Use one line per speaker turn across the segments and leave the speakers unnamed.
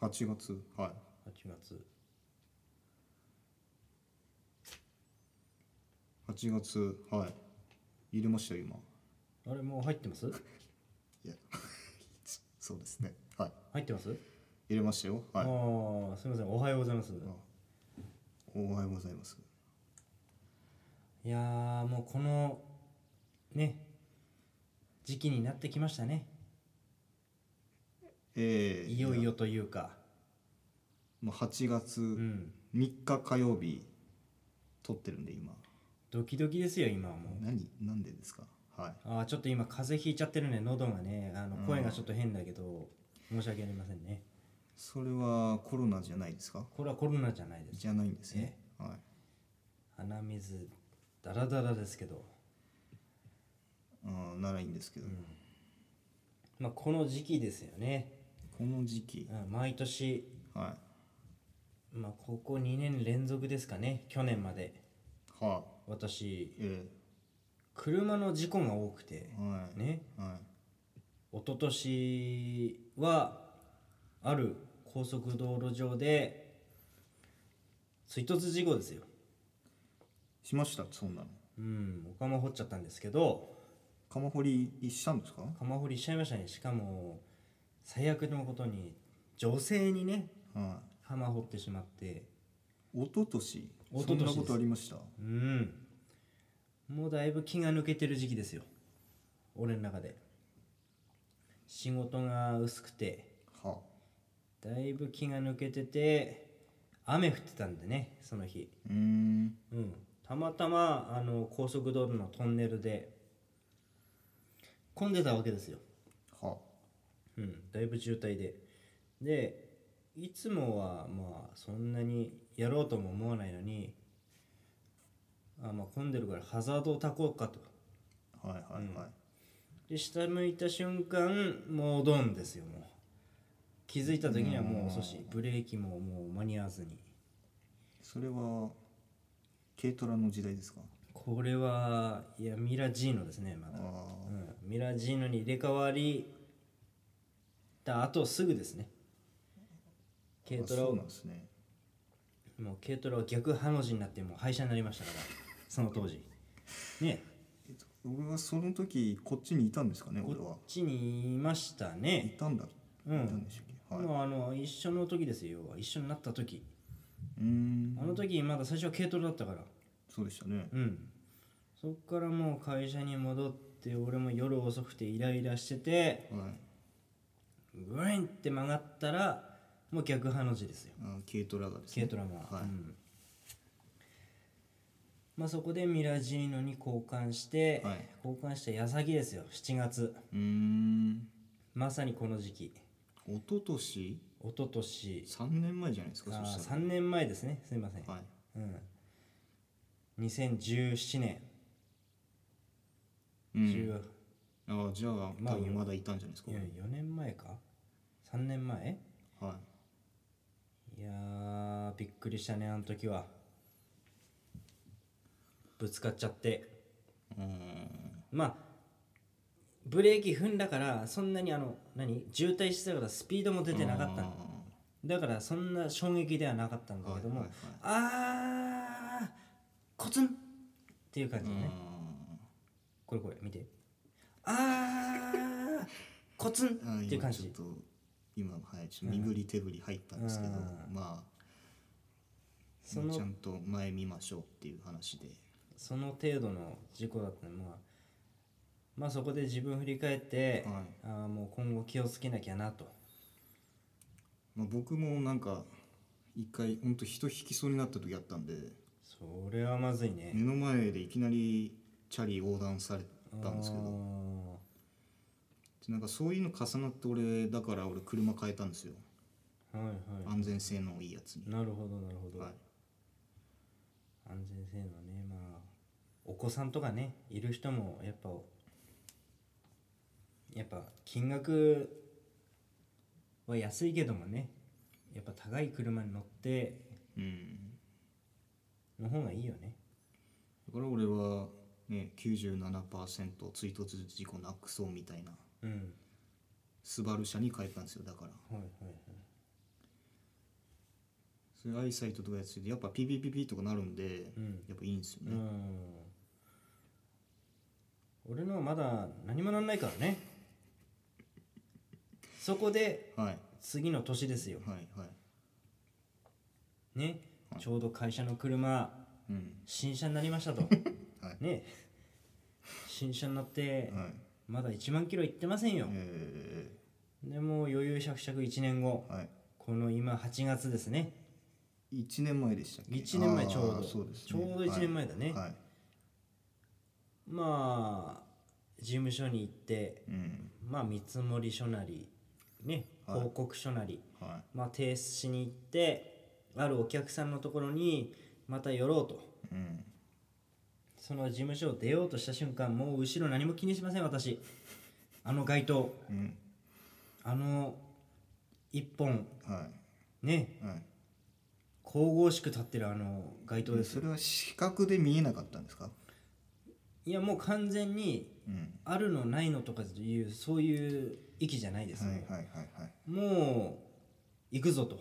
8月はい
8月
8月はい入れましたよ今
あれもう入ってます
いやそうですねはい
入ってます、
入れましたよ
あ
はい
あすみませんおはようございます
おはようございます
いやーもうこのね時期になってきましたね
えー、
いよいよというか
まあ8月
うん
3日火曜日撮ってるんで今
ドキドキですよ今はもう
何なんでですかはい
ああちょっと今風邪ひいちゃってるね喉がねあの
うん
声がちょっと変だけど、申し訳ありませんね
それはコロナじゃないですか
これはコロナじゃないです
じゃないんですねはい
鼻水ダラダラですけど、
うんならいいんですけど、
うんまあ、この時期ですよね、
この時期
うん、毎年、
は
まあ、ここ2年連続ですかね去年まで
いは
私
いえ
車の事故が多くて
えはい、
ね
は
一昨年はある高速道路上で追突事故ですよ
い、しましたそんなの
うんお釜掘っちゃったんですけど
釜掘りしたんですか
釜掘りしちゃいましたねしかも最悪のことに女性にね
は
釜掘ってしまって
い一昨年
一
そ
昨
ん
年
な
です
ことありました
うんもうだいぶ気が抜けてる時期ですよ俺の中で仕事が薄くて
は
だいぶ気が抜けてて雨降ってたんでねその日
い、うーん
うんたまたまあの高速道路のトンネルで混んでたわけですよ
は
うん、だいぶ渋滞ででいつもはまあそんなにやろうとも思わないのにあ、まあ、混んでるからハザードをたこうかと
いはいはいはい、
で下向いた瞬間もうドンですよもう気づいた時にはもう遅しブレーキももう間に合わずに
それは軽トラの時代ですか
これはいやミラジーノですねま
あ
だ、う
あ
ん、ミラジーノに入れ替わりたあとすぐですね軽トラ
そう
を
なんですね
もう軽トラは逆ハの字になってもう廃車になりました からその当時ね
えっと俺はその時こっちにいたんですかね俺は
こっちにいました
い
ね
たんだ、
う
いたん
ん
でしたっけはい、う
もうあの一緒の時ですよ一緒になった時
ーん
あの時まだ最初は軽トラだったから
そうでしたね
うんそっからもう会社に戻って俺も夜遅くてイライラしてて
はい
グインって曲がったらもう逆ハの字ですよ
あ軽トラがですね
軽トラが、
はい
うんまあ、そこでミラジーノに交換して、
はい
交換した矢先ですよ7月
うーん
まさにこの時期
一昨年
一昨年
3年前じゃないですか
あ
そ
ー
した
3年前ですねすいません、
らはい
うん、2017年、
うん、
10
ああじゃあ
まあ
多分まだいたんじゃないですか
いや4年前か3年前
はい
やーびっくりしたねあの時はぶつかっちゃって
いうーん
まあブレーキ踏んだからそんなにあの何渋滞してたからスピードも出てなかったのだからそんな衝撃ではなかったんだけども、
はいはいはい
あーコツンっていう感じだ
うー
ね、
ん
これこれ見てあーコツン
あー
っていう感
今
じ
ちょっと今はいちょっと身振り手振り入ったんですけど、
う
ま
そ
あちゃ
の
んと前見ましょうっていう話で
その程度の事故だったのまあまあそこで自分振り返って、
はい
あーもう今後気をつけなきゃなと
まあ、僕もなんか一回ほんと人引きそうになった時あったんで
それはまずいね、
目の前でいきなりチャリ横断されたんですけ
あ
ど
ー
なんかそういうの重なって俺だから俺車変えたんですよ
はいはい
安全性能いいやつに、
なるほどなるほど、
はい、
安全性能ねまあお子さんとかねいる人もやっぱやっぱ金額は安いけどもねやっぱ高い車に乗って
うん
の方がいいよね
だから俺はね97%追突事故なくそうみたいな
うん
スバル車に変えたんですよだから
はいはいはい
そういうアイサイトとかやつでやっぱピピピピとかなるんで、
うん
やっぱいいんですよ
う
ね、
ん俺のはまだ何もなんないからねそこで
はい
次の年ですよ
はいはい
ねちょうど会社の車
うん
新車になりましたと
はい
ね新車になって
はい
まだ1万キロ行ってませんよ
え
でもう余裕しゃくしゃく1年後
ー、はい
この今8月ですね
1年前でしたっけ
1年前
あー
ちょうど
そうです、ね、
ちょうど1年前だね、
はい、はい
まあ事務所に行って
うん
まあ見積もり書なりね
はい
報告書なり、
は
まあ提出しに行ってあるお客さんのところにまた寄ろうと
いうん
その事務所を出ようとした瞬間もう後ろ何も気にしません私あの街灯
うん
あの一本
は
ね
いはい
神々しく立ってるあの街灯です
それは視覚で見えなかったんですか
いやもう完全に
うん
あるのないのとかというそういう域じゃないです、
はい
ね
はいはいはい
もう行くぞと、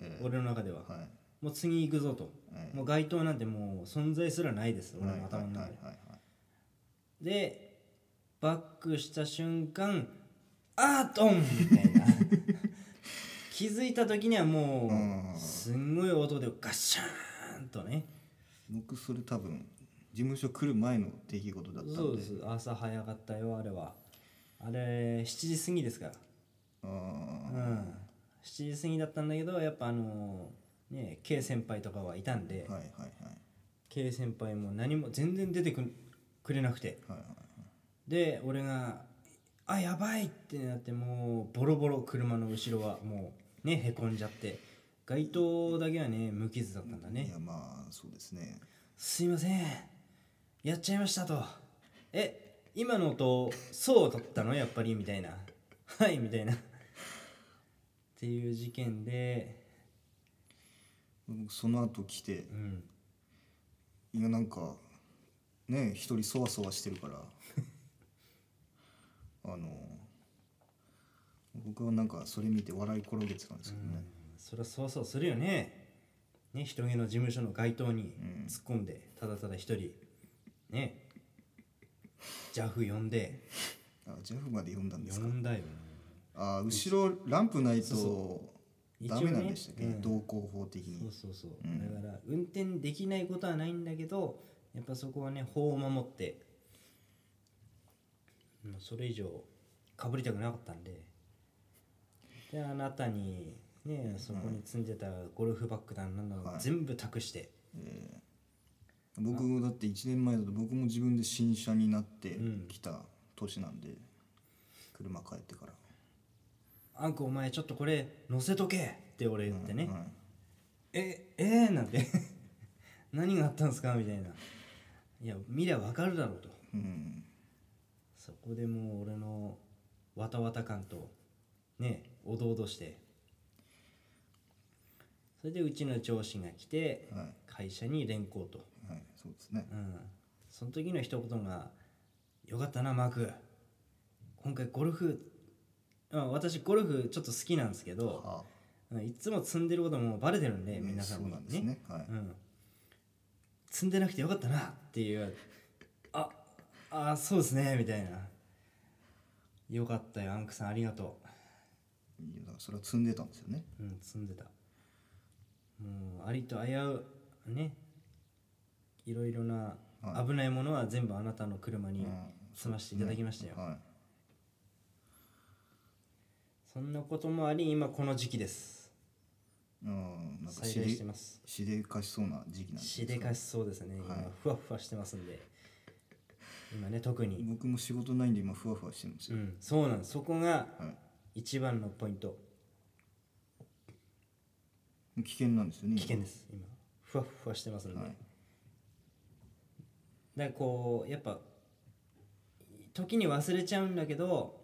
え
俺の中では、
はいはい
もう次行くぞと、
え
もう街灯なんてもう存在すらないです俺
はい
の
はい
頭の中で、
はいはい
でバックした瞬間あードンみたいな 気づいた時にはも
うん
うすんごい音でガッシャーンとね
僕それ多分事務所来る前の出来事だった
そ
ん
う
で
です朝早かったよあれはあれ7時過ぎですから
あ
う
あ
ん7時過ぎだったんだけどやっぱあのね K 先輩とかはいたんで、
はいはいはい
K 先輩も何も全然出てくんくれなくて
はいはい
で俺が「あやばい!」ってなってもうボロボロ車の後ろはもうねへこんじゃって街灯だけはね無傷だったんだ
い
ね
やまあそうですね
「すいませんやっちゃいました」と「え今の音そうだったのやっぱり」みたいな「はい」みたいなっていう事件で
僕その後来て
うん
いやなんかね一人そわそわしてるから あの僕はなんかそれ見て笑い転げてたんですけどね、
そりゃそうそうするよねね人気の事務所の街灯に突っ込んで、ただただ一人ね JAF 呼んで
あジャフまで呼んだんです
呼
か
んだよ
あ後ろランプない
そう
と
一応
ダ
ね
メなんでしたっけ、
うん
動向法的
そ
に
うそうそう、
うん
だから運転できないことはないんだけどやっぱそこはね法を守ってもうそれ以上かぶりたくなかったんでであなたにねそこに積んでたゴルフバッグだなんだの
はい
全部託して、
僕だって1年前だと僕も自分で新車になって
うん
きた年なんで、車帰ってから
アンクお前ちょっとこれ乗せとけって俺言ってね、
はい
ええー、なんて 何があったんですかみたいないや見りゃ分かるだろうと
うん
そこでもう俺のわたわた感とねおどおどしてそれでうちの上司が来て
はい
会社に連行と、
はいそうですね
うん、その時の一言が「よかったなマーク今回ゴルフ、あ私ゴルフちょっと好きなんですけど、
は
う
あ
んいつも積んでることもバレてるんで、皆さん
そう
に
なんですねはい、
うん、積んでなくてよかったなっていうああそうですねみたいなよかったよアンクさんありがと
いやだからそれは積んでたんですよね
う、うん、積んでたもうありと危うねいろいろな
は
危ないものは全部あなたの車に
うん
積ましていただきましたよ、
は
そんなこともあり今この時期です
いうんなんか
再
し
来して
で
ます
しでかしそうな時期なんです
しでかしそうですね、
はい
今ふわふわしてますんで今ね特に
僕も仕事ないんで今ふわふわしてるんです
う
よ、
んそうなんですそこが
はい
一番のポイント
危険なんですよね
危険ですす今ふわっふわしてますので、
はい
だからこうやっぱ時に忘れちゃうんだけど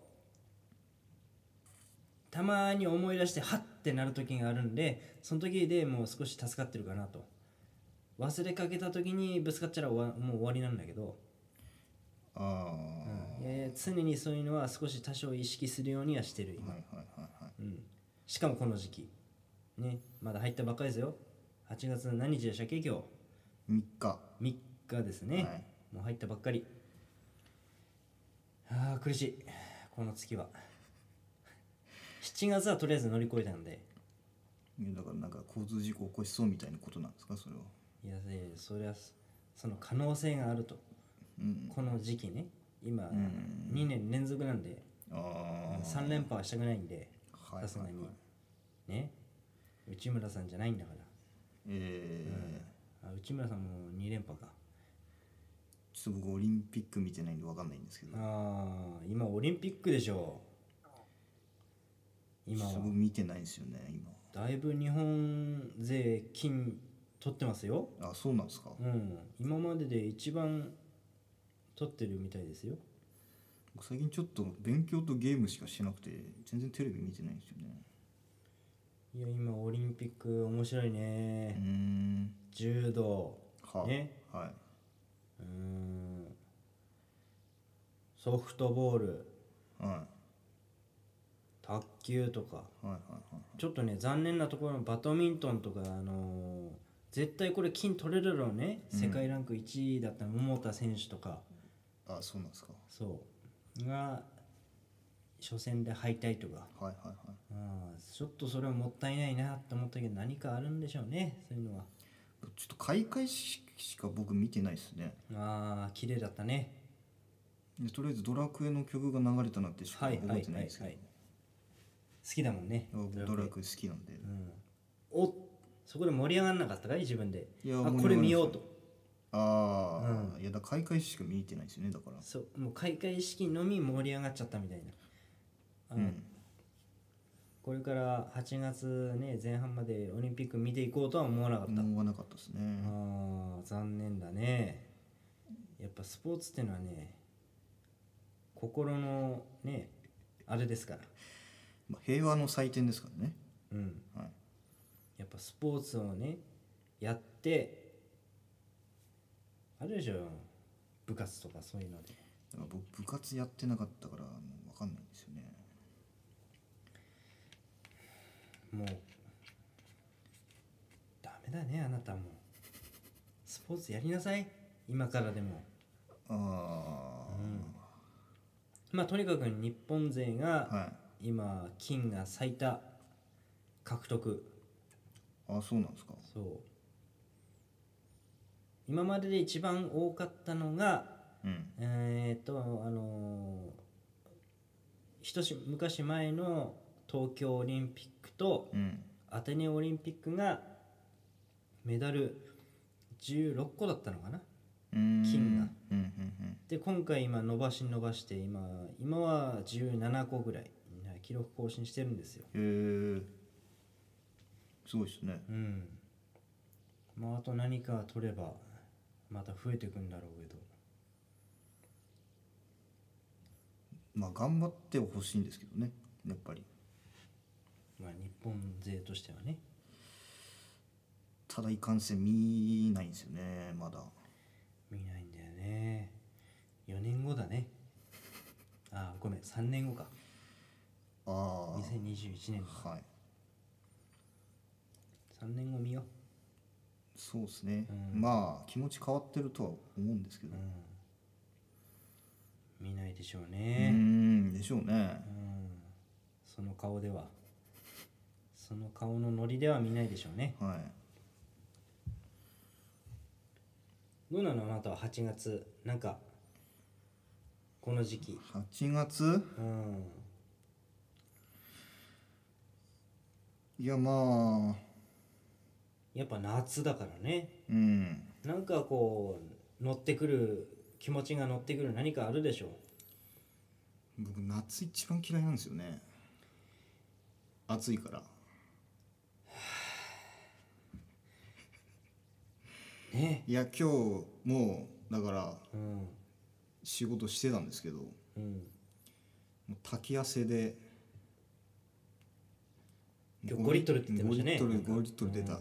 たまに思い出してハッってなる時があるんでその時でもう少し助かってるかなと忘れかけた時にぶつかっちゃら終わもう終わりなんだけど、
あ
う
あ、
んいやいや常にそういうのは少し多少意識するようにはしてる今、
はいはいはいはい
うん、しかもこの時期ねまだ入ったばっかりですよ8月の何日でしたっけ今日
3日
3日ですね、
はい
もう入ったばっかりああ苦しいこの月は7月はとりあえず乗り越えたんで
いやだからなんか交通事故起こしそうみたいなことなんですかそれは、
いやえーそれはその可能性があると
うん、
この時期ね今、
ん
2年連続なんで
ああ
3連覇はしたくないんで
はい
さすがに、
はいはい
ね内村さんじゃないんだから
えー
あ内村さんも2連覇か
ちょっと僕オリンピック見てないんでわかんないんですけど
ああ今オリンピックでしょ今は
ちょっと僕見てないんですよね今
だいぶ日本勢金取ってますよ
あそうなんですか、
うん今までで一番取ってるみたいですよ
僕最近ちょっと勉強とゲームしかしてなくて全然テレビ見てないんですよね
いや今オリンピック面白いう
ー
ね、
ん
柔道
はあ
ね
はいう
ーんソフトボール
は
卓球とか
いはいはいはい
ちょっとね残念なところのバドミントンとかあのー絶対これ金取れるだろうね、世界ランク1位だった桃田選手とか
あそうなんですか
そうが初戦で敗退とか
はいはいはい
あーちょっとそれはもったいないなと思ったけど何かあるんでしょうねそういうのは
ちょっと開会式しか僕見てないですね
ああ綺麗だったね
でとりあえず「ドラクエ」の曲が流れたなってしか
はいは
覚え
い
て
は
ないん
い
ですけ
は
ど、
い好きだもんね
僕ドラクエ好きなんで、
うん、おそこで盛り上がんなかったかい自分で
いや
あ
盛り上がんない
これ見ようと
ああ、いやだから開会式しか見てないですよねだから
そうもう開会式のみ盛り上がっちゃったみたいなあの、これから8月ね前半までオリンピック見ていこうとは思わなかった、
思わなかったですね
あー残念だねやっぱスポーツってのはね心のねあれですから
まあ、平和の祭典ですからね
うん
はい
やっぱスポーツをねやってあるでしょ部活とかそういうので
だから僕部活やってなかったからもう分かんないんですよね
もうダメだねあなたもスポーツやりなさい今からでも
あ
まあとにかく日本勢
あ、は
が
い
今金が最多獲得
ああそうなんですか
そう今までで一番多かったのが
うん
えーっとあのーひとし昔前の東京オリンピックと
うん
アテネオリンピックがメダル16個だったのかな
うーん
金が
うんうん
で今回今伸ばし伸ばして今今は17個ぐらい記録更新してるんですよ
うんへえすごいですね
うんまああと何か取ればまた増えてくんだろうけど
まあ頑張ってほしいんですけどねやっぱり
まあ日本勢としてはね
ただいかんせん見ないんですよねまだ
見ないんだよね4年後だねあごめん3年後か
あ
2021年
あはい
3年後見よ
そうですね、
うん
まあ気持ち変わってるとは思うんですけ
う、
ど、
うん、見ないでしょう
うー
ね、
んでしょうね
うんその顔ではその顔のノリでは見ないでしょうね
はい
どうなのあなたは8月なんかこの時期
8月
うん
いやまあ
やっぱ夏だからね
うん
なんかこう乗ってくる気持ちが乗ってくる何かあるでしょう
僕夏一番嫌いなんですよね暑いから
ね
いや今日もうだから
うん
仕事してたんですけども
うん
う滝汗で
今日5リットルって言ってましたね
5
な
リットル
んか
5リットル出た、
うん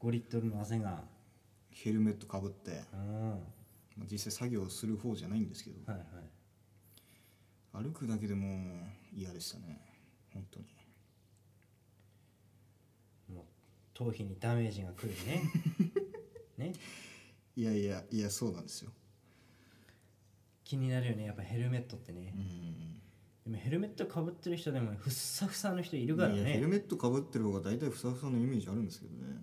5リットルの汗が
ヘルメットかぶって、
うんは
まあ実際作業する方じゃないんですけど
いはい
歩くだけでもう嫌でしたね本当に
頭皮にダメージがくる ねね
いやいやいやそうなんですよ
気になるよねやっぱヘルメットってね
う、ん
でもヘルメットかぶってる人でもふっさふさの人いる
い
か
や
ら
ヘル
ね
メットかぶってる方が大体ふさふさのイメージあるんですけどね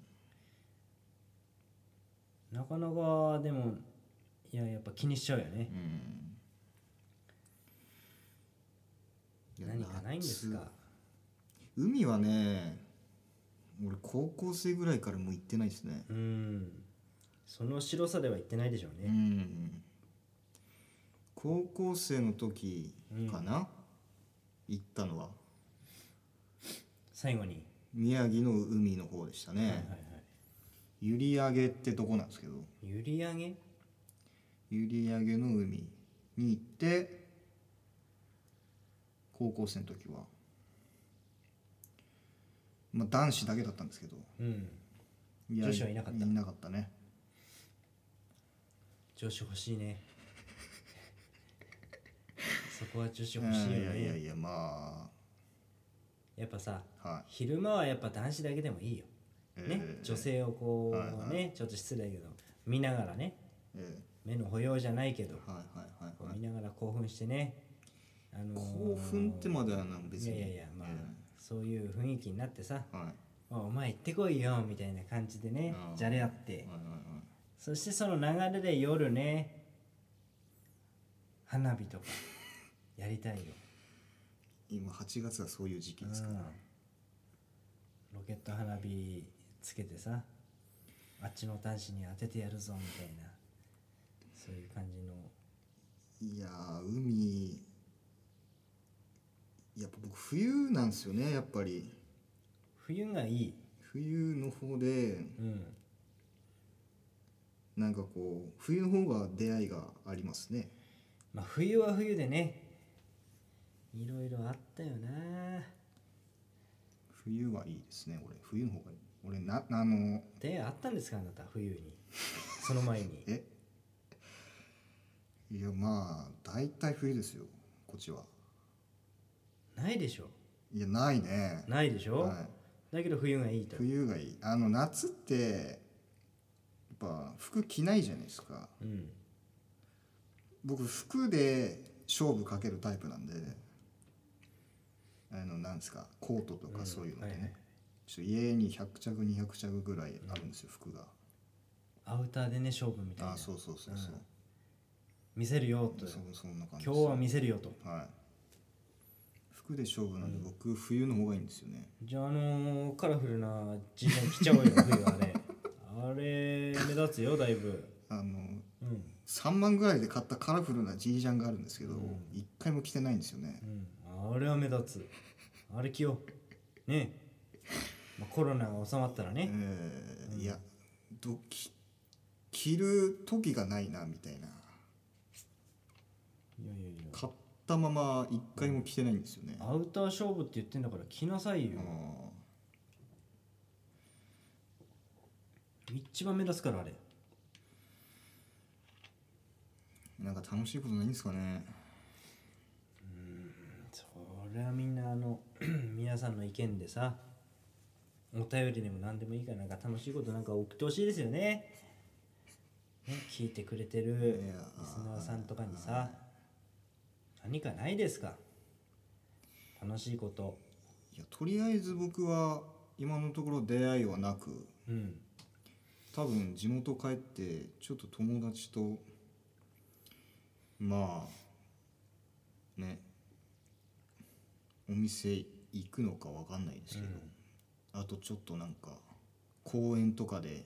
なかなかでもいややっぱ気にしちゃうよね
う、んいや
何かないんですか
夏海はね俺高校生ぐらいからもう行ってないですね
うんその白さでは言ってないでしょう
う
ね、
ん高校生の時かな、行ったのは
最後に、
宮城の海の方でした
はいはい
ね、
はい
閖上ってとこなんですけど
閖上
閖上の海に行って高校生の時はまあ男子だけだったんですけど
うん
いや
女子はいなかった
いなかったね
女子欲しい ねそこは女子欲しいよね
いやいやいやま
やっぱさ
あはい
昼間はやっぱ男子だけでもいいよ、ね
えー
女性をこうね、ちょっと失礼だけど見ながらね
え
目の保養じゃないけど、
えはいはいはい
こ
は
う
い
見ながら興奮してね、あのー
興奮ってまではな別に
いやいやいやまあ、
え
そういう雰囲気になってさ
えは
「
い
お前行ってこいよ」みたいな感じでね
あー
じゃれ合って
はいはいはい
そしてその流れで夜ね花火とかやりたいよ、
今8月はそういう時期
う
ですから、
ん、ロケット花火つけてさあっちの男子に当ててやるぞみたいなそういう感じの
いやー海やっぱ僕冬なんですよねやっぱり
冬がいい、
冬の方で
うん、
なんかこう冬の方が出会いがありますね
まあ冬は冬でねいろいろあったよな
冬はいいですね俺冬の方がいい俺なあの
出会いあったんですかあなた冬にその前に
えいやまあ大体冬ですよこっちは
ないでしょ
いやないね
ないでしょ、
はい
だけど冬がいいと
冬がいいあの夏ってやっぱ服着ないじゃないですか
うん
僕服で勝負かけるタイプなんであのなんですかコートとかそういうの
うん
でね、
はいはい
ちょっと家に100着200着ぐらいあるんですよ、服が
アウターでね勝負みたい
あ
な
あそうそうそうそう、
見せるよと
そそんな感じ
今日は見せるよと
はい服で勝負なんで、僕冬の方がいいんですよね
じゃああのーカラフルなジーン着ちゃおうよ冬は ねあれ目立つよだいぶ
あの
うん
3万ぐらいで買ったカラフルなジージャンがあるんですけど、一回も着てないんですよね、
うんあれは目立つあれ着ようねまあ、コロナが収まったらね
えーいやどき着る時がないなみたいない
やいやいや
買ったまま一回も着てないんですよね、
アウター勝負って言ってんだから着なさいよ
あー
一番目立つからあれ
なんか楽しいことないんですかね
それはみんなあの 皆さんの意見でさお便りでも何でもいいからなんか楽しいことなんか送ってほしいですよねね聞いてくれてる
いや
リスナーさんとかにさ何かないですか楽しいこと
いやとりあえず僕は今のところ出会いはなく
うん
多分地元帰ってちょっと友達とまあねお店行くのかわかんないですけど、あとちょっとなんか公園とかで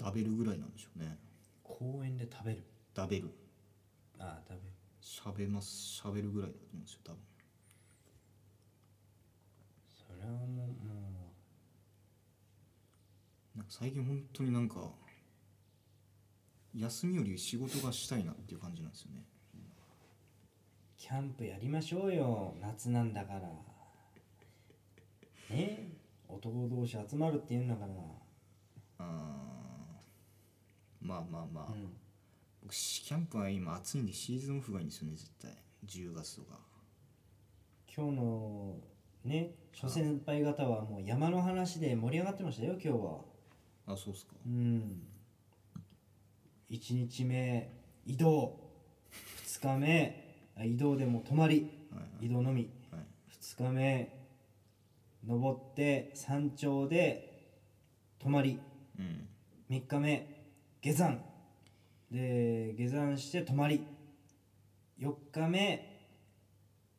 食べるぐらいなんでしょうね
公園で食べる
食べる
ああ食べる
しゃべますしゃべるぐらいだと思うんですよ多分
それはもうも
なんか最近本当になんか休みより仕事がしたいなっていう感じなんですよね
うキャンプやりましょうよ夏なんだからね男同士集まるって言うんだから
あーまあまあまあ、
うん
僕しキャンプは今暑いんでシーズンオフがいいんですよね絶対10月とか
今日のね諸先輩方はもう山の話で盛り上がってましたよ今日は
あそうっすか
うん1日目移動2日目あ移動でも泊まり
はいはい
移動のみ
はい
2日目登って山頂で泊まり
うん
3日目下山で下山して泊まり4日目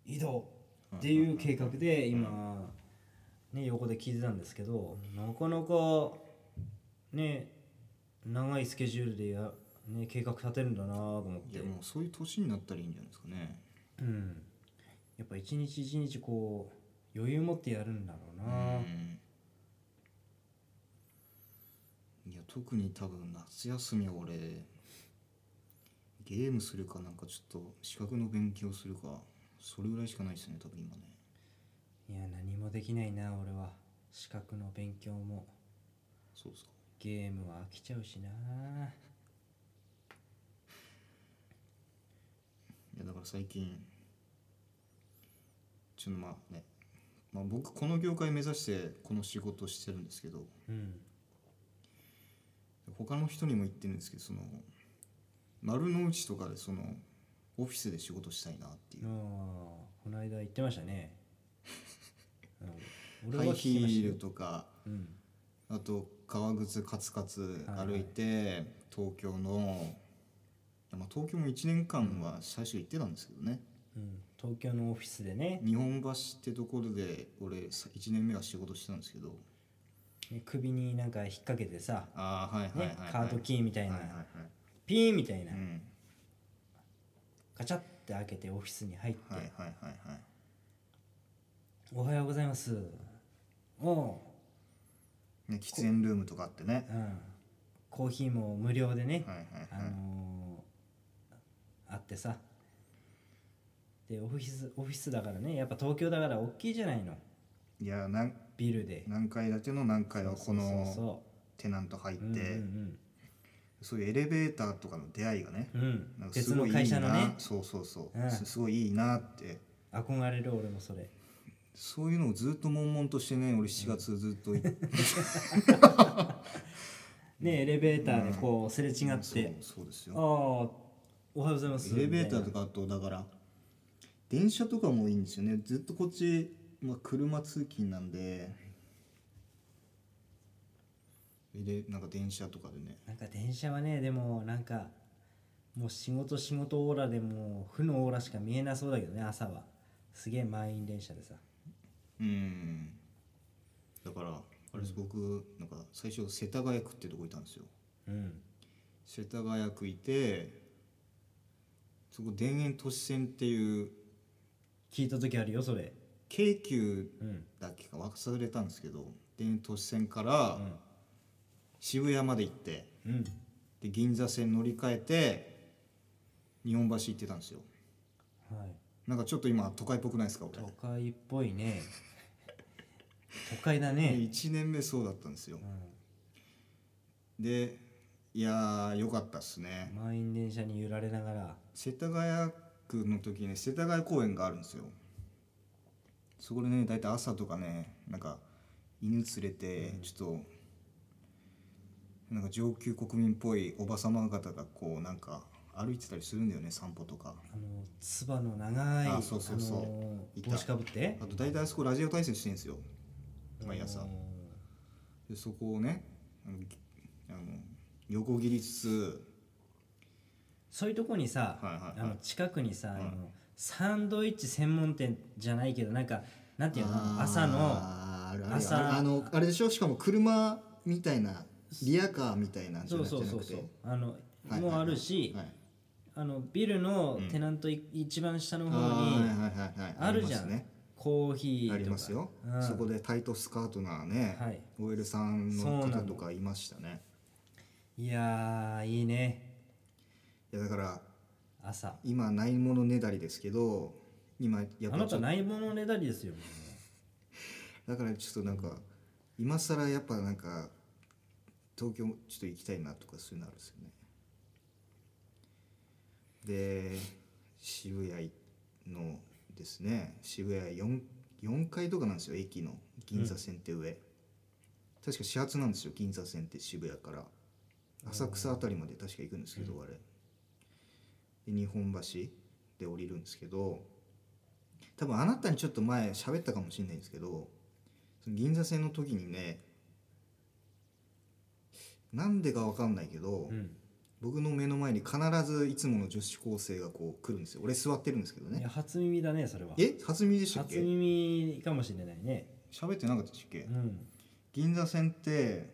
移動っていう計画で今ね横で聞いてたんですけどなかなかね長いスケジュールでや、ね、計画立てるんだなと思っ
い
て
やもうそういう年になったらいいんじゃないですかね
うん、やっぱ一日一日こう余裕持ってやるんだろう
う
な、
んいや特に多分夏休みは俺ゲームするかなんかちょっと資格の勉強するかそれぐらいしかないですね多分今ね
いや何もできないな俺は資格の勉強も
そうですか
ゲームは飽きちゃうしない
やだから最近ちょっとまあね、まあ、僕この業界目指してこの仕事してるんですけど
うん
他の人にも言ってるんですけどその丸の内とかでそのオフィスで仕事したいなってい
あ
う
あこの間言ってましたね、うん、
ハイヒ
聞きました
ー
よ
ルとか
うん
あと革靴カツカツ歩いて、東京の、まあ、東京も1年間は最初行ってたんですけどね、
うん、東京のオフィスでね
日本橋ってところで俺1年目は仕事してたんですけど
ね首になんか引っ掛けてさ、
ああはいはいはい
ね
はい、、
カードキーみたいな、
はいはいはい
ピーンみたいな、
うん
ガチャって開けてオフィスに入って、
はいはいはいはい
おはようございますおう
ね喫煙ルームとかあってね
うん、コーヒーも無料でね、
はいはい
あ
はい
のーあってさでオフィスオフィスだからねやっぱ東京だから大きいじゃないの
いやなん
ビルで
何階建ての何階はこ
そう
の
そ
テナント入っ
うそううん
てそういうエレベーターとかの出会いがね
うんうんうん
な
ん
かす
別の
ごいいい
会社の
な
ね
そうそうそう、
うん
すすごいいいなって
憧れる俺もそれ
そういうのをずっと悶々としてね俺7月ずっとい
ねエレベーターでこうすれ 違って、
そうそうです
ああ
よ
おはようございます
エレベーター
み
とかあとだから電車とかもいいんですよねずっとこっち、まあ、車通勤なんででなんか電車とかでね
たいななんか電車はねでもなんかもう仕事仕事オーラでもう負のオーラしか見えなそうだけどね朝はすげえ満員電車でさ
うんだからあれです、僕なんか最初世田谷区ってとこいたんですよ
うん
世田谷区いてそこ田園都市線っていう
聞いた時あるよそれ
京急
うん
だっけか忘れたんですけど田園都市線から
ん
渋谷まで行って
うん
で銀座線乗り換えて日本橋行ってたんですよ
はい
なんかちょっと今都会っぽくないですか俺
都会っぽい ね都会だね、
1年目そうだったんですよ
う
でいやーよかったっすね
ん、満員電車に揺られながら
世田谷区の時ね世田谷公園があるんですよそこでね大体朝とかねなんか犬連れてちょっと、なんか上級国民っぽいおばさま方がこうなんか歩いてたりするんだよね散歩とか
あのつばの長い
あそうそうそう
あの
いた
帽子かぶって
あと大体あそこラジオ対戦してるんですよ毎朝
うん
でそこをねあのぎあの横切りつつ
そういうとこにさ、
はいはいはい
あの近くにさ、
い
あのサンドイッチ専門店じゃないけどなんかなんていうの朝の
あーあるある
朝
あのあれでしょしかも車みたいなリアカーみたいなんじゃ
そう
なくて
そうそうそうあの、
はいはいはい
もあるし、
はい
あのビルのテナントい、一番下の方に
あーはいはいはいはい
あるじゃ
り
ん、
ますね
コーヒーとか
ありますよ、
うん
そこでタイトスカートなね、
はい
OL さんの
そうな
方
の
とかいましたね
いやーいいね
いやだから
朝
今ないものねだりですけど今やっ
あ
ぱ
な
ちょ
た
っと
ないものねだりですよ
だからちょっとなんか今更やっぱなんか東京ちょっと行きたいなとかそういうのあるんですよねで渋谷のですね渋谷 4, 4階とかなんですよ駅の銀座線って上、確か始発なんですよ銀座線って渋谷から浅草あたりまで確か行くんですけど、あれで日本橋で降りるんですけど多分あなたにちょっと前喋ったかもしれないんですけどその銀座線の時にねなんでか分かんないけど、
うん
僕の目の前に必ずいつもの女子高生がこう来るんですよ俺座ってるんですけど
い
ね
や初耳だねそれは
え初耳でしたっ
初
け
耳かもしれないね
喋ってなかったっけ、
うん
銀座線って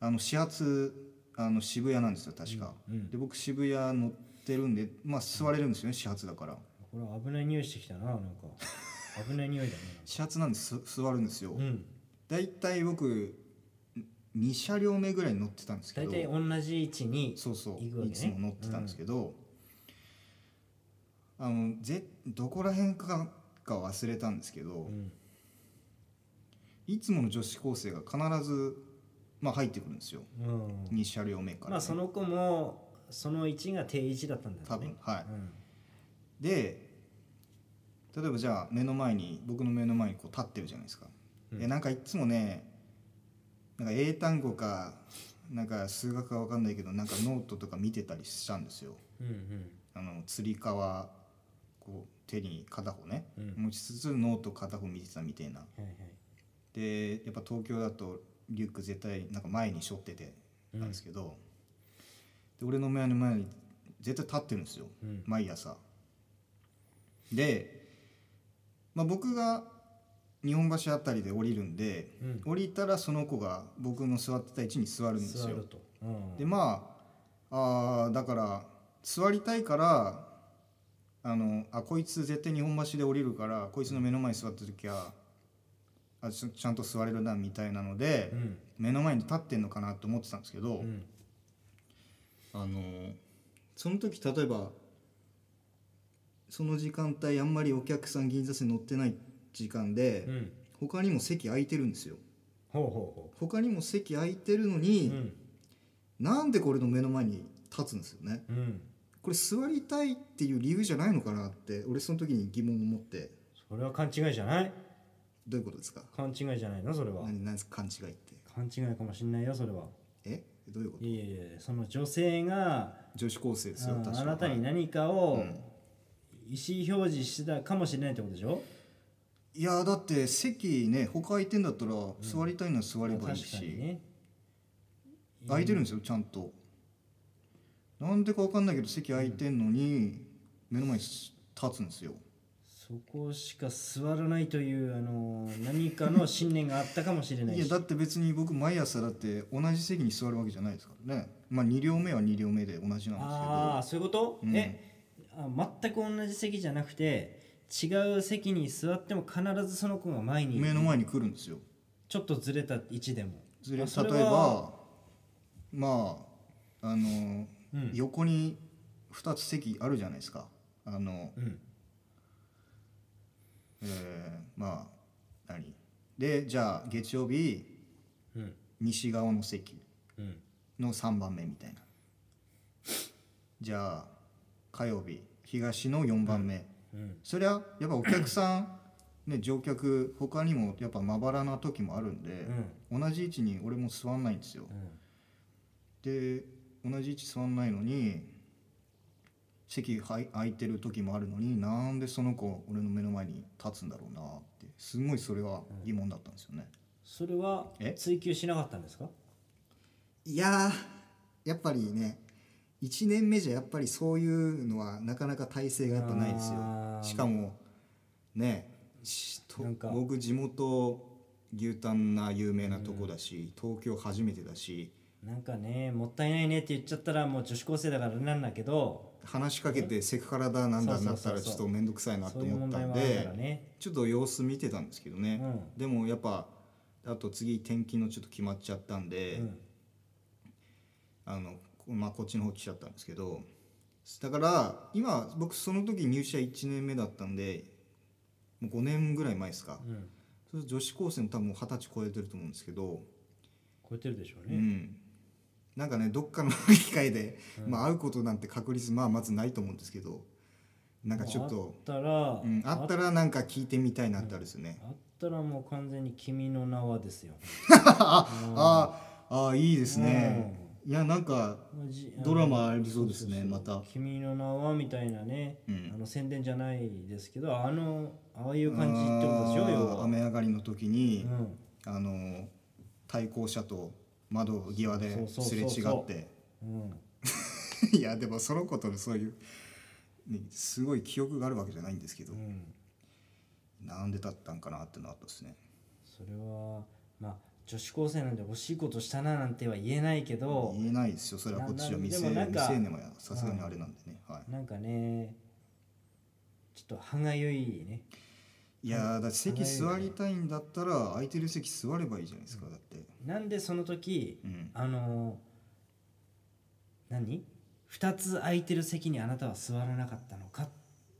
あの始発あの渋谷なんですよ確か、
うんうん
で僕渋谷乗ってるんでまあ座れるんですよね、始発だから
これは危ない匂いしてきたななんか 危ない匂いだね
始発なんです座るんですよ、
なんかうん
だいたい僕2車両目ぐらいに乗ってたんですけ
大
ど
体同じ位置に
そうそう、
行くわけ
い
ね
つも乗ってたんですけど、あのぜどこら辺かか忘れたんですけど、
うん
いつもの女子高生が必ず、まあ、入ってくるんですよ
うん
2車両目からね、
まあその子もその位置が定位置だったんだよね
多分はい、
うん
で例えばじゃあ目の前に僕の目の前にこう立ってるじゃないですか、
うん
でなんかいっつもねなんか英単語かなんか数学か分かんないけどなんかノートとか見てたりしたんですよ
うん
あの釣り革こう手に片方ね、
うんうん
持ちつつノート片方見てたみたいな
はいはい
でやっぱ東京だとリュック絶対なんか前に背負ってて
うん
なんですけど、で俺の目の前に絶対立ってるんですよ、
うん
毎朝で、まあ、僕が日本橋あたりで降りるんで、
うん
降りたらその子が僕の座ってた位置に座るんです
座
よ
るとうん
でまああーだから座りたいからあのあこいつ絶対日本橋で降りるからこいつの目の前に座った時はあちょちゃんと座れるなみたいなので、
うん
目の前に立ってんのかなと思ってたんですけど、
うん
あのその時例えばその時間帯あんまりお客さん銀座線乗ってない時間で、
うん
他にも席空いてるんですよ
ほうほ
他にも席空いてる
う
の
ほうう
に、
ん
なんでこれの目の前に立つんですよね
うん
これ座りたいっていう理由じゃないのかなって俺その時に疑問を持って
それは勘違いじゃない
どういうことですか
勘違いじゃないのそれは
何何ですか勘違いって
勘違いかもしんないよそれは
えどういうこと
いやいやいやその女性が
女子高生ですよ
あ
確か
あなたに何か
う
を
ん
意思表示してたかもしれないってことでしょ
いやだって席ね他空いてんだったら座りたいなら座れ
確
ば
か
いいし、
にね
空いてるんですよちゃんとなんでか分かんないけど席空いてんのに目の前に立つんですよ
そこしか座らないというあの何かの信念があったかもしれない
い
し
やだって別に僕毎朝だって同じ席に座るわけじゃないですからねまあ2両目は2両目で同じなんですけど
ああそういうこと、
うん
えあ全く同じ席じゃなくて違う席に座っても必ずその子が前に
目の前に来るんですよ
ちょっとずれた位置でも
ずれ
あそれは
例えばまああ
う
の、
ん
横に2つ席あるじゃないですかあの、
うん
えーまあ何でじゃあ月曜日
うん
西側の席
うん
の3番目みたいなじゃあ火曜日東の4番目、
うん
そりゃやっぱお客さんね乗客他にもやっぱまばらな時もあるんで、同じ位置に俺も座んないんですよ、
うん
で同じ位置座んないのに席はい空いてる時もあるのになんでその子俺の目の前に立つんだろうなってすごいそれは疑問だったんですよね、
それは
え
追求しなかったんですか
いやーやっぱりね1年目じゃやっぱりそういうのはなかなか体制がやっぱないですよ
あー
しかもねしと
なんか
僕地元牛タンな有名なとこだし、東京初めてだし
なんかねもったいないねって言っちゃったらもう女子高生だからあれなんだけど
話しかけてセクハラだなんだになったらちょっと面倒くさいなと
そういう
思っ
問
た
題
ん
もあるか
で
らね
ちょっと様子見てたんですけどね、でもやっぱあと次転勤のちょっと決まっちゃったんで、
うん
あのこまあ、こっちの方来ちゃったんですけどだから今僕その時入社1年目だったんでもう5年ぐらい前ですか、
うん
そうすると女子高生も多分もう二十歳超えてると思うんですけど、
超えてるでしょう
う
ね、
ん、なんかねどっかの機会で、まあ、会うことなんて確率まあまずないと思うんですけどなんかちょっ
もう
と
あったら、
うん、あったらなんか聞いてみたいなってあるですよね、
あったらもう完全に君の名はですよ
あああいいですね、いやなんか
まあじ
ドラマありそうですね
そうそうそう
また
君の名はみたいなね、
うん
あの宣伝じゃないですけどあのああいう感じってことでしょ要
あー
は、
雨上がりの時に
う、ん
あの対向車と窓際で
そう
す
そう
れ
そ
違
う
っ
そう
て
うん、
いやでもそのことのそういう、ね、すごい記憶があるわけじゃないんですけど
う、ん、
なんでだったんかなってのあったですね
それはまあ女子高生なんで惜しいことしたななんては言えないけど、
言えないですよそれはこっちは未成
ななでもなん
未
か
成年はさすがにあれなんでね、はい
なんかねちょっと歯がゆいね
いやーだって席座りたいんだったら空いてる席座ればいいじゃないですかだって
なんでその時
うん
あの何2つ空いてる席にあなたは座らなかったのかっ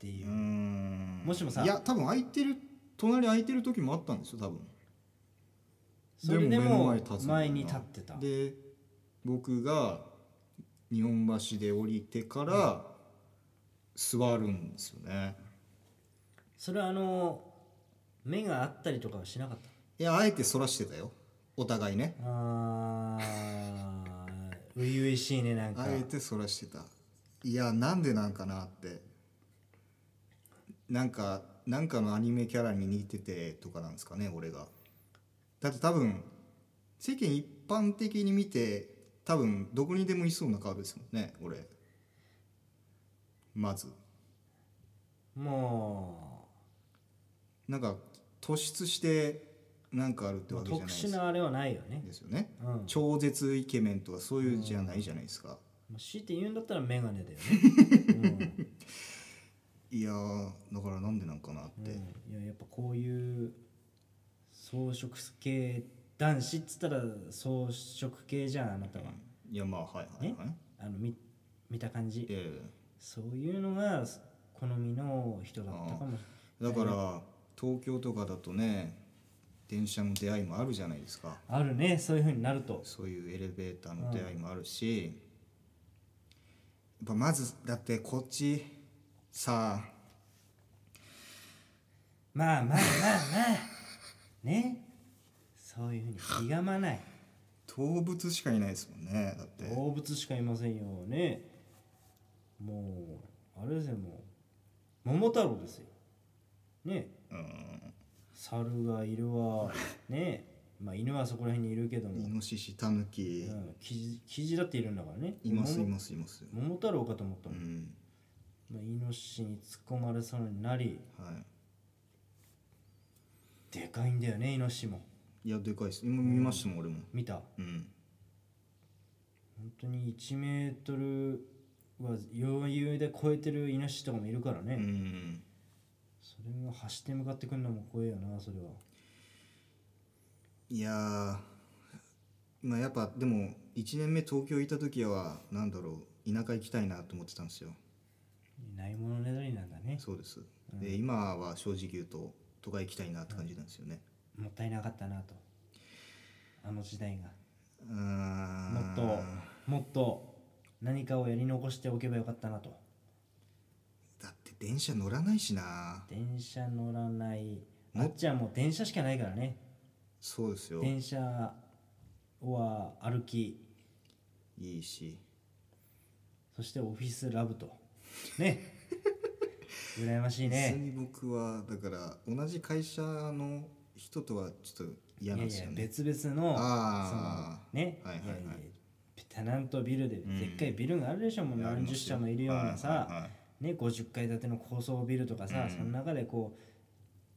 ていうう、
ーん
もしもさ
いや多分空いてる隣空いてる時もあったんですよ多分
それで
目の
も
前に立つんだよな
前に立ってた
で僕が日本橋で降りてから座るんですよね、
それはあの目があったりとかはしなかった
いやあえてそらしてたよお互いね
あー初々しいねなんか
あえてそらしてたいやなんでなんかなってなんかなんかのアニメキャラに似ててとかなんですかね俺がだって多分世間一般的に見て多分どこにでもいそうなカードですもんね俺まず
も
なんか突出してなんかあるって
う
わけじゃない
特
です
殊なあれはないよね、
ですよね
うん、も
超絶イケメンとかそういうじゃないじゃないですか、
う強いて言うんだったら眼鏡だよね、うん
いやーだからなんでなんかなっ
う
て、
んいややっぱこういう草食系男子っつったら草食系じゃんあなたは、
いやまあはいはいはい
あの見見た感じ
え
そういうのが好みの人だったかも
えだから東京とかだとね電車の出会いもあるじゃないですか
あるねそういうふうになると
そういうエレベーターの出会いもあるし、やっぱまずだってこっちさあ
まあまあまあまあねそういうふうにひがまない
動物しかいないですもんねだって
動物しかいませんよねもうあれですよもう桃太郎ですよね
うん
猿がいるわねまあ犬はそこら辺にいるけども
イ、ノシシタヌキ
うん、キジキジだっているんだからね
いますい
桃
ますいます
桃太郎かと思った
う
もん、
ん
まあ、イノシシに突っ込まれそうになり
はい
でかいんだよねイノシシも
いやでかいです今見ましたもん俺も
見た
うん
本当に1メートルは余裕で超えてるイノシシとかもいるからね、
うん
それが走って向かってくるのも怖えよなそれはい
やーまあやっぱでも1年目東京いた時はなんだろう田舎行きたいなと思ってたんですよ
ないものねだりなんだね
そうです、で今は正直言うと都会行きたいなって感じなんですよね、
もったいなかったなとあの時代が
うーん
もっともっと何かをやり残しておけばよかったなと
だって電車乗らないしな
電車乗らない
も
あっちはもう電車しかないからね
そうですよ
電車は歩き
いいし
そしてオフィスラブとね 羨ましい
普通
ね
に僕はだから同じ会社の人とはちょっと
い
嫌
や
なん
い
です
や
よね
別々の
あー
そのね、
はいはいはい
ややテナントビルで
ん
でっかいビルがあるでしょ、もう
いやあり
何
ますよ
十社もいるようなさ、
はいはいはい
ね、50階建ての高層ビルとかさ、
うん
その中でこ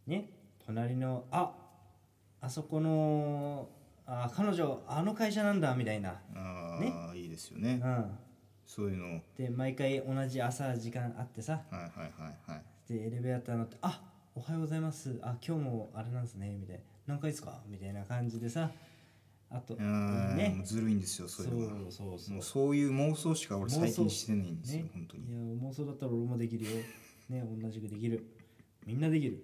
うね隣のああそこのあ彼女あの会社なんだみたいな、
ああ、いいですよ
う
ね
ん、
そういうのを
で毎回同じ朝時間あってさ
はいはいはいはい
でエレベーター乗って「あおはようございますあ今日もあれなんですね」みたいな「何回ですか?」みたいな感じでさあと
うんも
ね
うずるいんですよそ
そう
れは
うそうそう
もうそういう妄想しか俺最
妄想
近してないんですよ、
ね
本当に
いや妄想だったら俺もで きるよね同じくできるみんなできる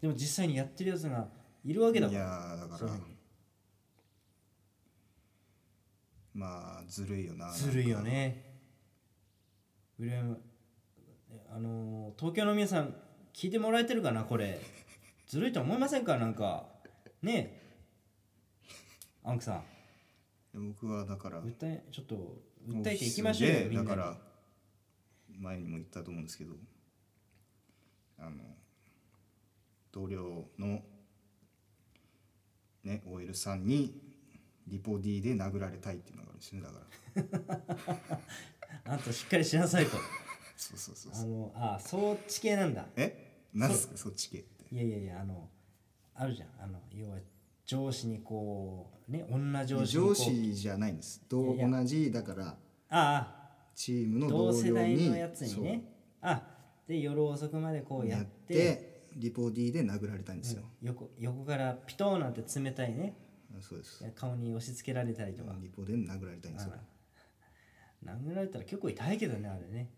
でも実際にやってるやつがいるわけだ
い
から
やーだ
そ
か
う
らまあずるいよな
ずるいよねうらやまえあのー東京の皆さん聞いてもらえてるかなこれずるいと思いませんかなんかねえ青木さん
僕はだから
訴えちょっと訴えていきましょうよ
オフィス
み
で
んな
だ
に
から前にも言ったと思うんですけどあの同僚のね OL さんにリポ D で殴られたいっていうのがあるんですよねだから
あんたしっかりしなさいと
そうそうそう
あのあそっち系なんだ
えなんですかそっち系って
いやいやいやあのあるじゃんあの要は上司にこうね女上司にこう
上司じゃないんです同
いやい
同じだから
あ
チーム
あ
の
同
同
世
僚
代
に
のやつにねあで夜遅くまでこ
そううや
やっ
っててリポ D で殴られたんですよ、
横横からピトーなんて冷たいね
そうです
顔に押し付けられたりとか、
リポで殴られたいんですよ
あら殴られたら結構痛いけどねあれね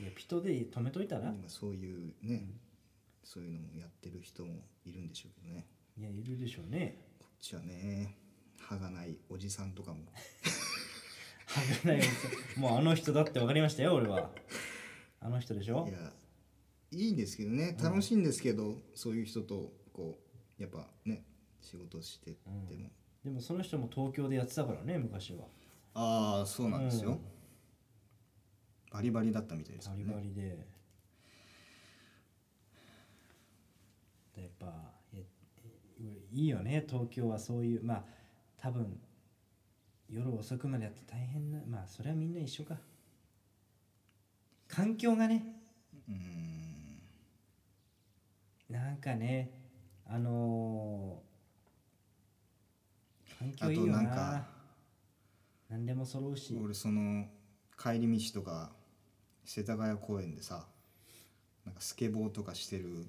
いやピトーで止めといたら、
今そういうね、そういうのもやってる人もいるんでしょうけどね
いやいるでしょうね
こっちはね歯がないおじさんとかも
危ないおじさんもうあの人だって分かりましたよ俺はあの人でしょ
いやいいんですけどね楽しいんですけど、そういう人とこうやっぱね仕事してっても、
でもその人も東京でやってたからね昔は
ああそうなんですよ、
うん
バリバリだったみたいです
バ
け
リ
どね
バリででやっぱいやいいよね東京はそういうまあ多分夜遅くまでやって大変なまあそれはみんな一緒か環境がね
うーん
なんかねあのー環境いい
あ
よ
と
な
なんか
何でも揃うし
俺その帰り道とか世田谷公園でさなんかスケボーとかしてる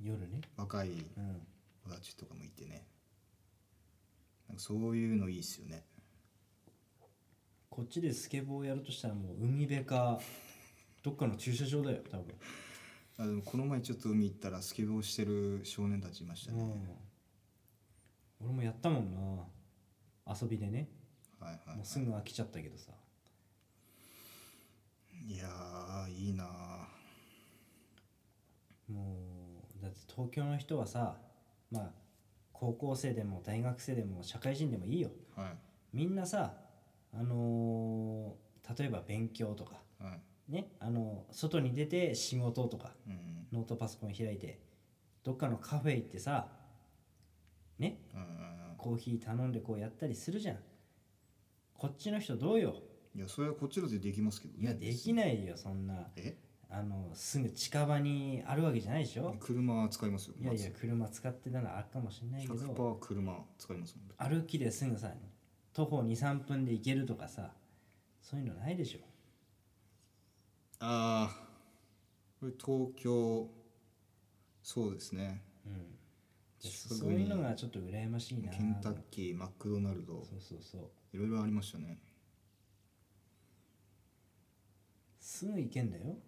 夜ね
若い
うん
友達とかもいてねなんかそういうのいいっすよね
こっちでスケボーやるとしたらもう海辺 かどっかの駐車場だよ多分、
あでもこの前ちょっと海行ったらスケボーしてる少年たちいました
う
ね、
ん俺もやったもんな遊びでね
はいはい
も
は
うすぐ飽きちゃったけどさ
い、いやーいいなあ
もうだって東京の人はさまあ高校生でも大学生でも社会人でもいいよ
はい
みんなさあのー例えば勉強とか
はい
ねあの外に出て仕事とか
うん
ノートパソコン開いてどっかのカフェ行ってさね
うんうん
コーヒー頼んでこうやったりするじゃんこっちの人どうよ
いやそれはこっちだってできますけど
いや
ね
できないよそんな
え
あのすぐ近場にあるわけじゃないでしょ
車使いますよ
いやいや車使ってたらあるかもしれないけ
まず
ど
100%車使いますもん
歩きですぐさ徒歩23分で行けるとかさそういうのないでしょ
ああこれ東京そうですね
うんで
近くに
そういうのがちょっと羨ましいな
ケンタッキーマクドナルド
そうそうそう
いろいろありましたね
すぐ行けんだよ
も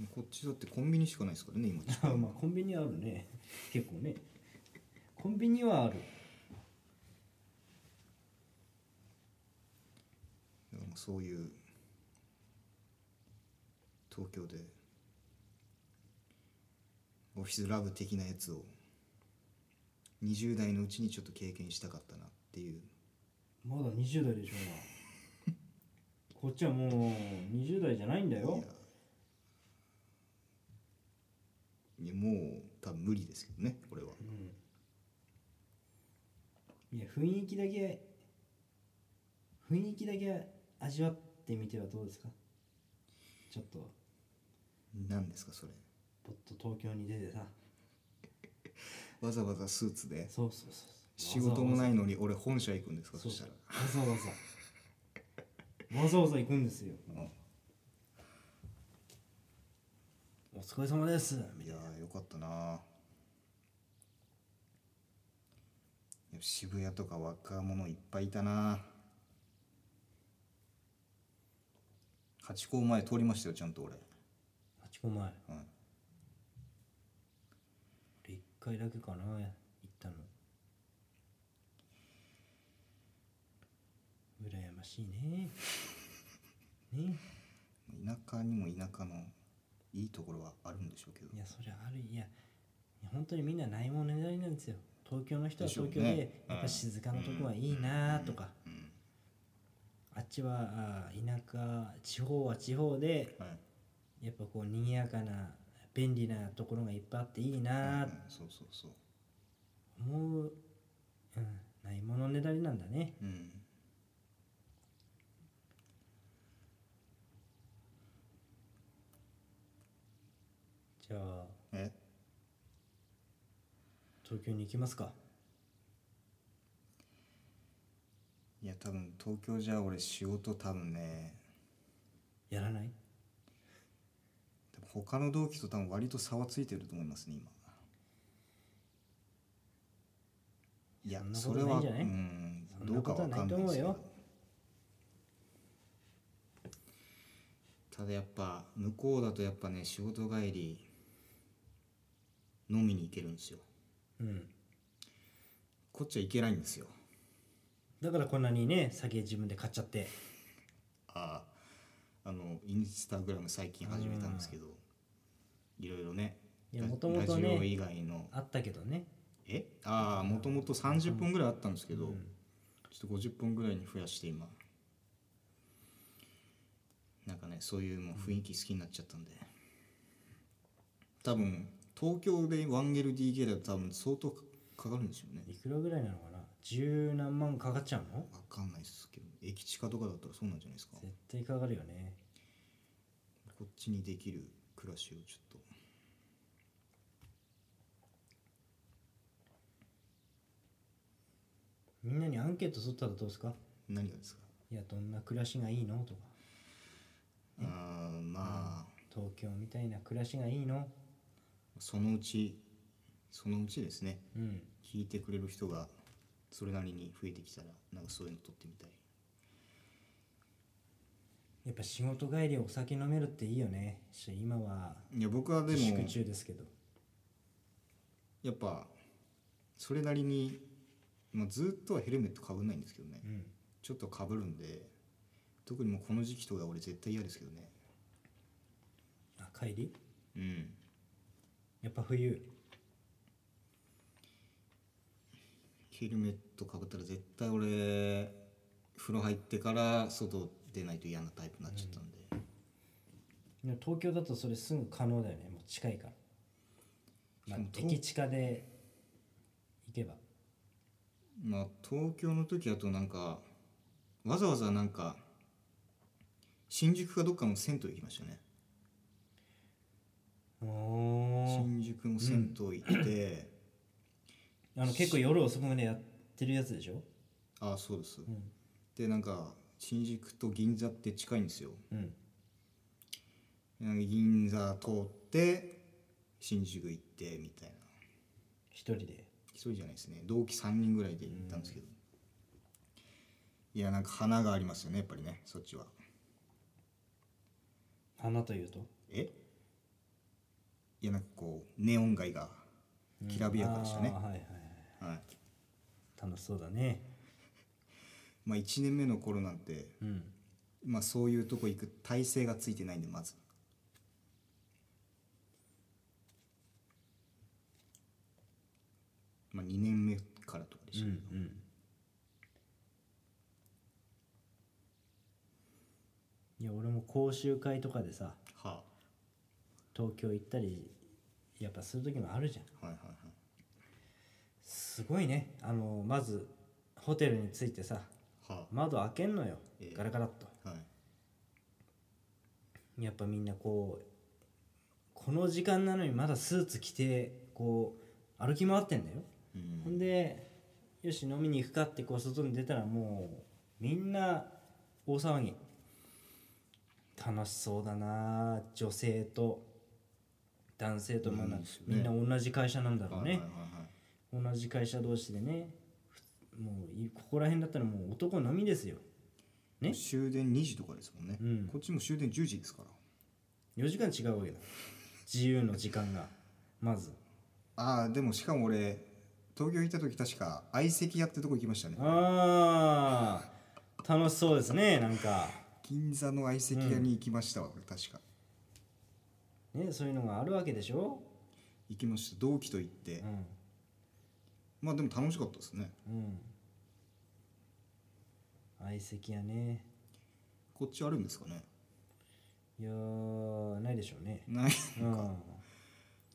うこっちだってコンビニしかないですからね今
あ まあコンビニあるね結構ねコンビニはある
だからもうそういう東京でオフィスラブ的なやつを20代のうちにちょっと経験したかったなっていう
まだ20代でしょう がこっちはもう20代じゃないんだよ
いやもう多分無理ですけどねこれは
うんいや雰囲気だけ雰囲気だけ味わってみてはどうですかちょっと
何ですかそれ
ぽっと東京に出てさ
わざわざスーツで
そうそうそう
仕事もないいのに俺本社行くんですか
そ
そうしたら
そうわざわざわざわざ行くんですよ
うん
お疲れ様ですみ
い
た
や
いな
ーよかったなやっぱ渋谷とか若者いっぱいいたな八甲前通りましたよちゃんと俺、
8個前
うん、
俺一回だけかな行ったの 羨ましいねね
田舎にも田舎のいいところはあるんでしょうけど
いやそりゃあるいやいや本当にみんなないものねだりなんですよ東京の人は
でしょう
東
ね
京で
うん
やっぱ静かなとこはいいなとか、
うん
あっちはあー田舎地方は地方で
はい
やっぱこう賑やかな便利なところがいっぱいあっていいな
うん
と
そうそうそう
思う、うん、ないものねだりなんだね
うん
じゃあ
え
東京に行きますか
いや多分東京じゃ俺仕事多分ね
やらない
多分他の同期と多分割と差はついてると思いますね今いや
そ
そ
ん
れ
なことないんじ
は
ゃない
うん
そん
ど
な
う
こ
か
とは
わ
な
か
い
ん
と
ない
思う
ですけ
よ
どただやっぱ向こうだとやっぱね仕事帰り飲みに行けるんですよ
うん
こっちは行けないんですよ
だからこんなにね酒自分で買っちゃって
あああのインスタグラム最近始めたんですけどいろいろね
いや
ラ
元々ね
ラジオ以外の
あったけどね
えああもともと30分ぐらいあったんですけど、ちょっと50分ぐらいに増やして今なんかねそういうもう雰囲気好きになっちゃったんで多分東京で 1LDK だと多分相当かかるんでしょうね
いくらぐらいなのかな十何万かかっちゃうの
わかんないですけど駅地下とかだったらそうなんじゃないですか
絶対かかるよね
こっちにできる暮らしをちょっと
みんなにアンケート取ったらどうですか
何がですか
いやどんな暮らしがいいのとか
あーまあ
東京みたいな暮らしがいいの
そのうちそのうちですね
うん
聞いてくれる人がそれなりに増えてきたらなんかそういうの撮ってみたい
やっぱ仕事帰りお酒飲めるっていいよねし今はい
や僕はで
自
も
粛中ですけど
やっぱそれなりに、まあ、ずっとはヘルメットかぶんないんですけどね
うん
ちょっとかぶるんで特にもうこの時期とか俺絶対嫌ですけどね
あ帰り
うん
やっぱ冬
ヘルメットかぶったら絶対俺風呂入ってから外出ないと嫌なタイプになっちゃったんで、
でも東京だとそれすぐ可能だよねもう近いから、まあ
し、かも東
駅近で行けば
まあ東京の時だとなんかわざわざなんか新宿かどっかの銭湯行きましたね
お
新宿の銭湯行って、
あの結構夜遅くまでやってるやつでしょ
ああそうです、
ん
でなんか新宿と銀座って近いんですよ
うん
なんか銀座通って新宿行ってみたいな
一人で
一人じゃないですね同期3人ぐらいで行ったんですけど、いやなんか花がありますよねやっぱりねそっちは
花というと
えいやなんかこうネオン街がきらびやかでしたね
あ、ーはいはいはい
はい、
楽しそうだね
まあ1年目の頃なんて、
うん
まあ、そういうとこ行く体勢がついてないんでまずまあ2年目からとかで
う
し
ん
た、
うんいや俺も講習会とかでさ
は
東京行ったりやっぱする時もあるじゃん
あはいはい
すごいねあのまずホテルに着いてさ
はいは
窓開けんのよ
ええ
ガラガラっと
あはい
やっぱみんなこうこの時間なのにまだスーツ着てこう歩き回ってんだよ
うん
ほんでよし飲みに行くかってこう外に出たらもうみんな大騒ぎ楽しそうだな女性と男性とまだ
うんですよね
みんな同じ会社なんだろう
はいはい
ね
はいはい
同じ会社同士でねふもういここら辺だったらもう男のみですよね
終電2時とかですもんね、
うん
こっちも終電10時ですから
4時間違うわけだ自由の時間がまず
ああでもしかも俺東京行った時確か相席屋ってとこ行きましたね
ああ楽しそうですねなんか
聞銀座の相席屋に行きましたわ、俺確か
ねそういうのがあるわけでしょ
行きました同期と行って、
うん
まあでも楽しかったですね
うん相席やね
こっちあるんですかね
いやーないでしょうね
ない
うん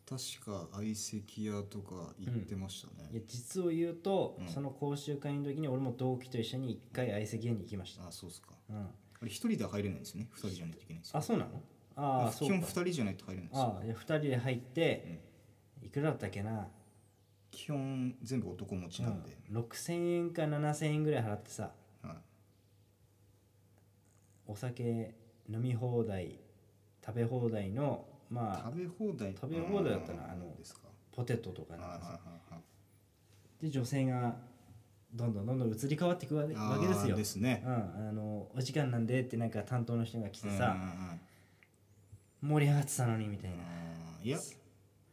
確か相席屋とか行ってましたね、
いや実を言うと、
うん
その講習会の時に俺も同期と一緒に一回相席屋に行きました
あそうっすか
うん
あれ一人では入れないんですよね二人じゃないといけないんですよ
あそうなのああ
基
そう
本
か
二人じゃないと入れないんですよ
ああ2人で入って、いくらだったっけな、
基本全部男持ちなんで、
うん6000円か7000円ぐらい払ってさ
はい、
お酒飲み放題食べ放題のまあ
食べ放題
食べ放題だったな
うん
あの
ですか
ポテトとか
はい
な
は
んかさ
いはい
で女性がどんどんどんどん移り変わっていくわけ
はい
わけです
あー
よ
ですね
うん、あのお時間なんでってなんか担当の人が来て
うんう
さ
んうん
盛り上がってたのにみたいな
あーいや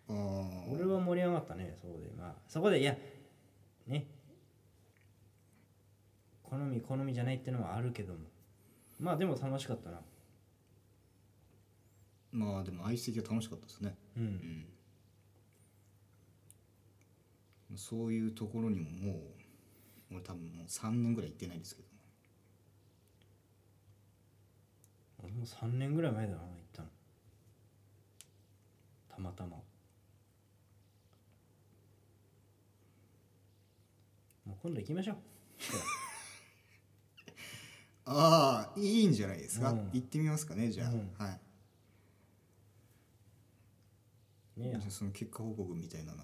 あー
俺は盛り上がったねそこでまあそこでいやね好み好みじゃないってのはあるけどもまあでも楽しかったな
まあでも相席は楽しかったですね
う
うんんそういうところにももう俺多分もう3年ぐらい行ってないですけど
俺も3年ぐらい前だな行ったのたまたまもう今度行きましょう
ああいいんじゃないですか、
うん
行ってみますかねじゃあ、
うん
はい
ね
じゃあその結果報告みたいなな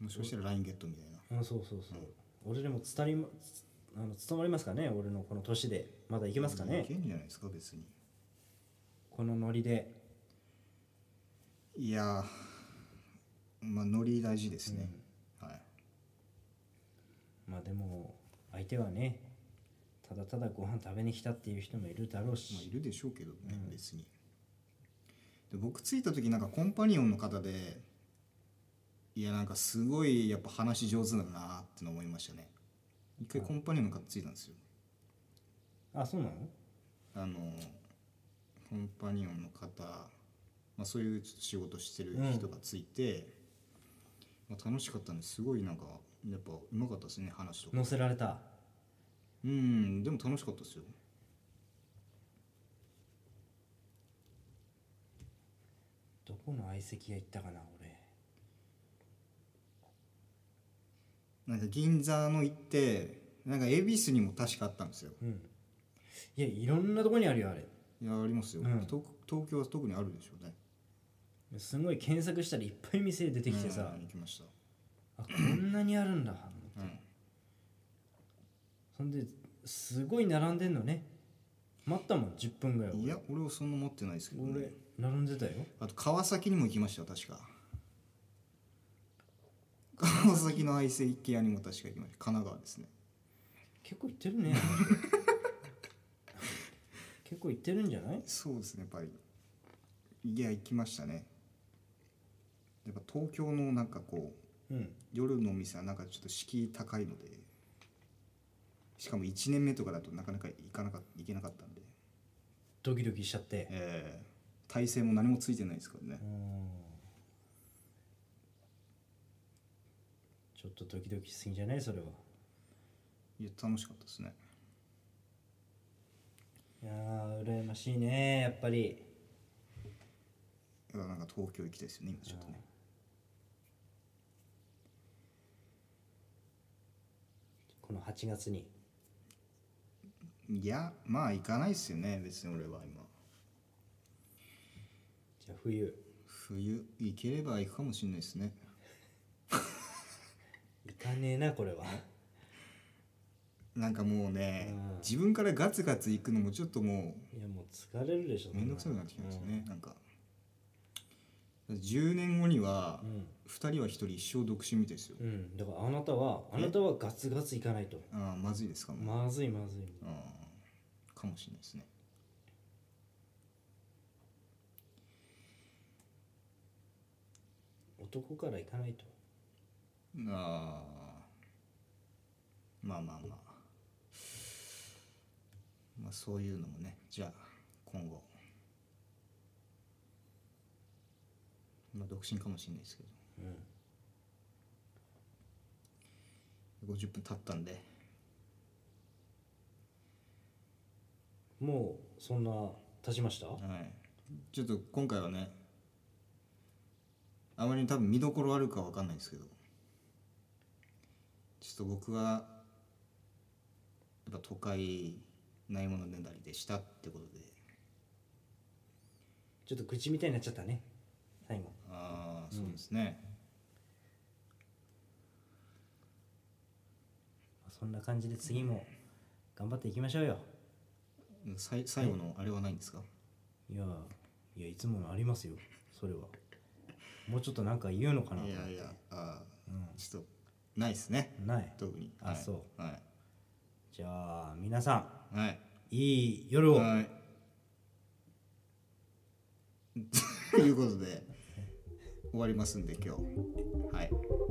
もしかしたら LINE ゲットみたいな
うん、そうそうそう、俺でも伝りまつあの務まりますかね俺のこの年でまだいけますか
い
ね
けんじゃないですか別に
このノリで
いやーまあノリ大事ですね、はい
まあでも相手はねただただご飯食べに来たっていう人もいるだろう
まあ、い
し、
るでしょうけどね、別にで僕着いた時なんかコンパニオンの方でいやなんかすごいやっぱ話上手だなっての思いましたね一回コンパニオンの方着いたんですよ、
あそうなの
あのコンパニオンの方、まあ、そういうちょっと仕事してる人がついて、まあ、楽しかったんですごいなんかやっぱうまかったですね話とか
乗せられた
うんでも楽しかったですよ
どこの相席屋行ったかな俺
なんか銀座の行ってなんか恵比寿にも確かあったんですよ
うんいやいろんなとこにあるよあれ
いやありますよ、
うん
東東京は特にあるでしょうね
すごい検索したらいっぱい店出てきてさ、
うん行きました
あこんなにあるんだと思って、
うん
そんですごい並んでんのね待ったもん10分ぐらい
いや俺はそんな持ってないですけど、ね、
俺並んでたよ
あと川崎にも行きましたよ確か 川崎の愛席屋にも確か行きました神奈川ですね
結構行ってる ね結構行ってるんじゃない
そうですねやっぱりいや行きましたねやっぱ東京のなんかこう
うん
夜のお店はなんかちょっと敷居高いのでしかも1年目とかだとなかなか行かなか行けなかったんで
ドキドキしちゃって
えー、体勢も何もついてないですからね
う、んちょっとドキドキしすぎじゃないそれはい
や楽しかったですね
いやー羨ましいねやっぱり
だからなんか東京行きたいですよね今ちょっとね
この8月に
いやまあ行かないですよね別に俺は今
じゃあ冬
冬行ければ行くかもしれないですね
行かねえなこれは
なんかもうね、
うん
自分からガツガツ行くのもちょっとも
いやもう疲れるでしょ
うめんどくさくなってきますよね、なんか10年後には
うん、うん
2人は1人一生独身みたいですよ、
うん、だからあなたはあなたはガツガツ行かないと
ああまずいですかもう、
まずいまずい
あーかもしれないですね
男から行かないと
ああまあまあまあまあ、そういうのもねじゃあ今後、まあ、独身かもしれないですけど50分経ったんで
もうそんな経ちました
はい、ちょっと今回はねあまり多分見どころあるかわかんないですけどちょっと僕はやっぱ都会ないものねだりでしたってことで
ちょっと口みたいになっちゃったね最後
ああそうですね、
そんな感じで次も頑張っていきましょうよ
さい最後のあれはないんですか、
いやいやいつものありますよそれはもうちょっとなんか言うのかなと
い
思っ
や
て
いやあー、ちょっとないですね
ない
特に
あそう
は
じゃあ皆さん
いはい
いい夜を
はい。 ということで終わりますんで今日はい。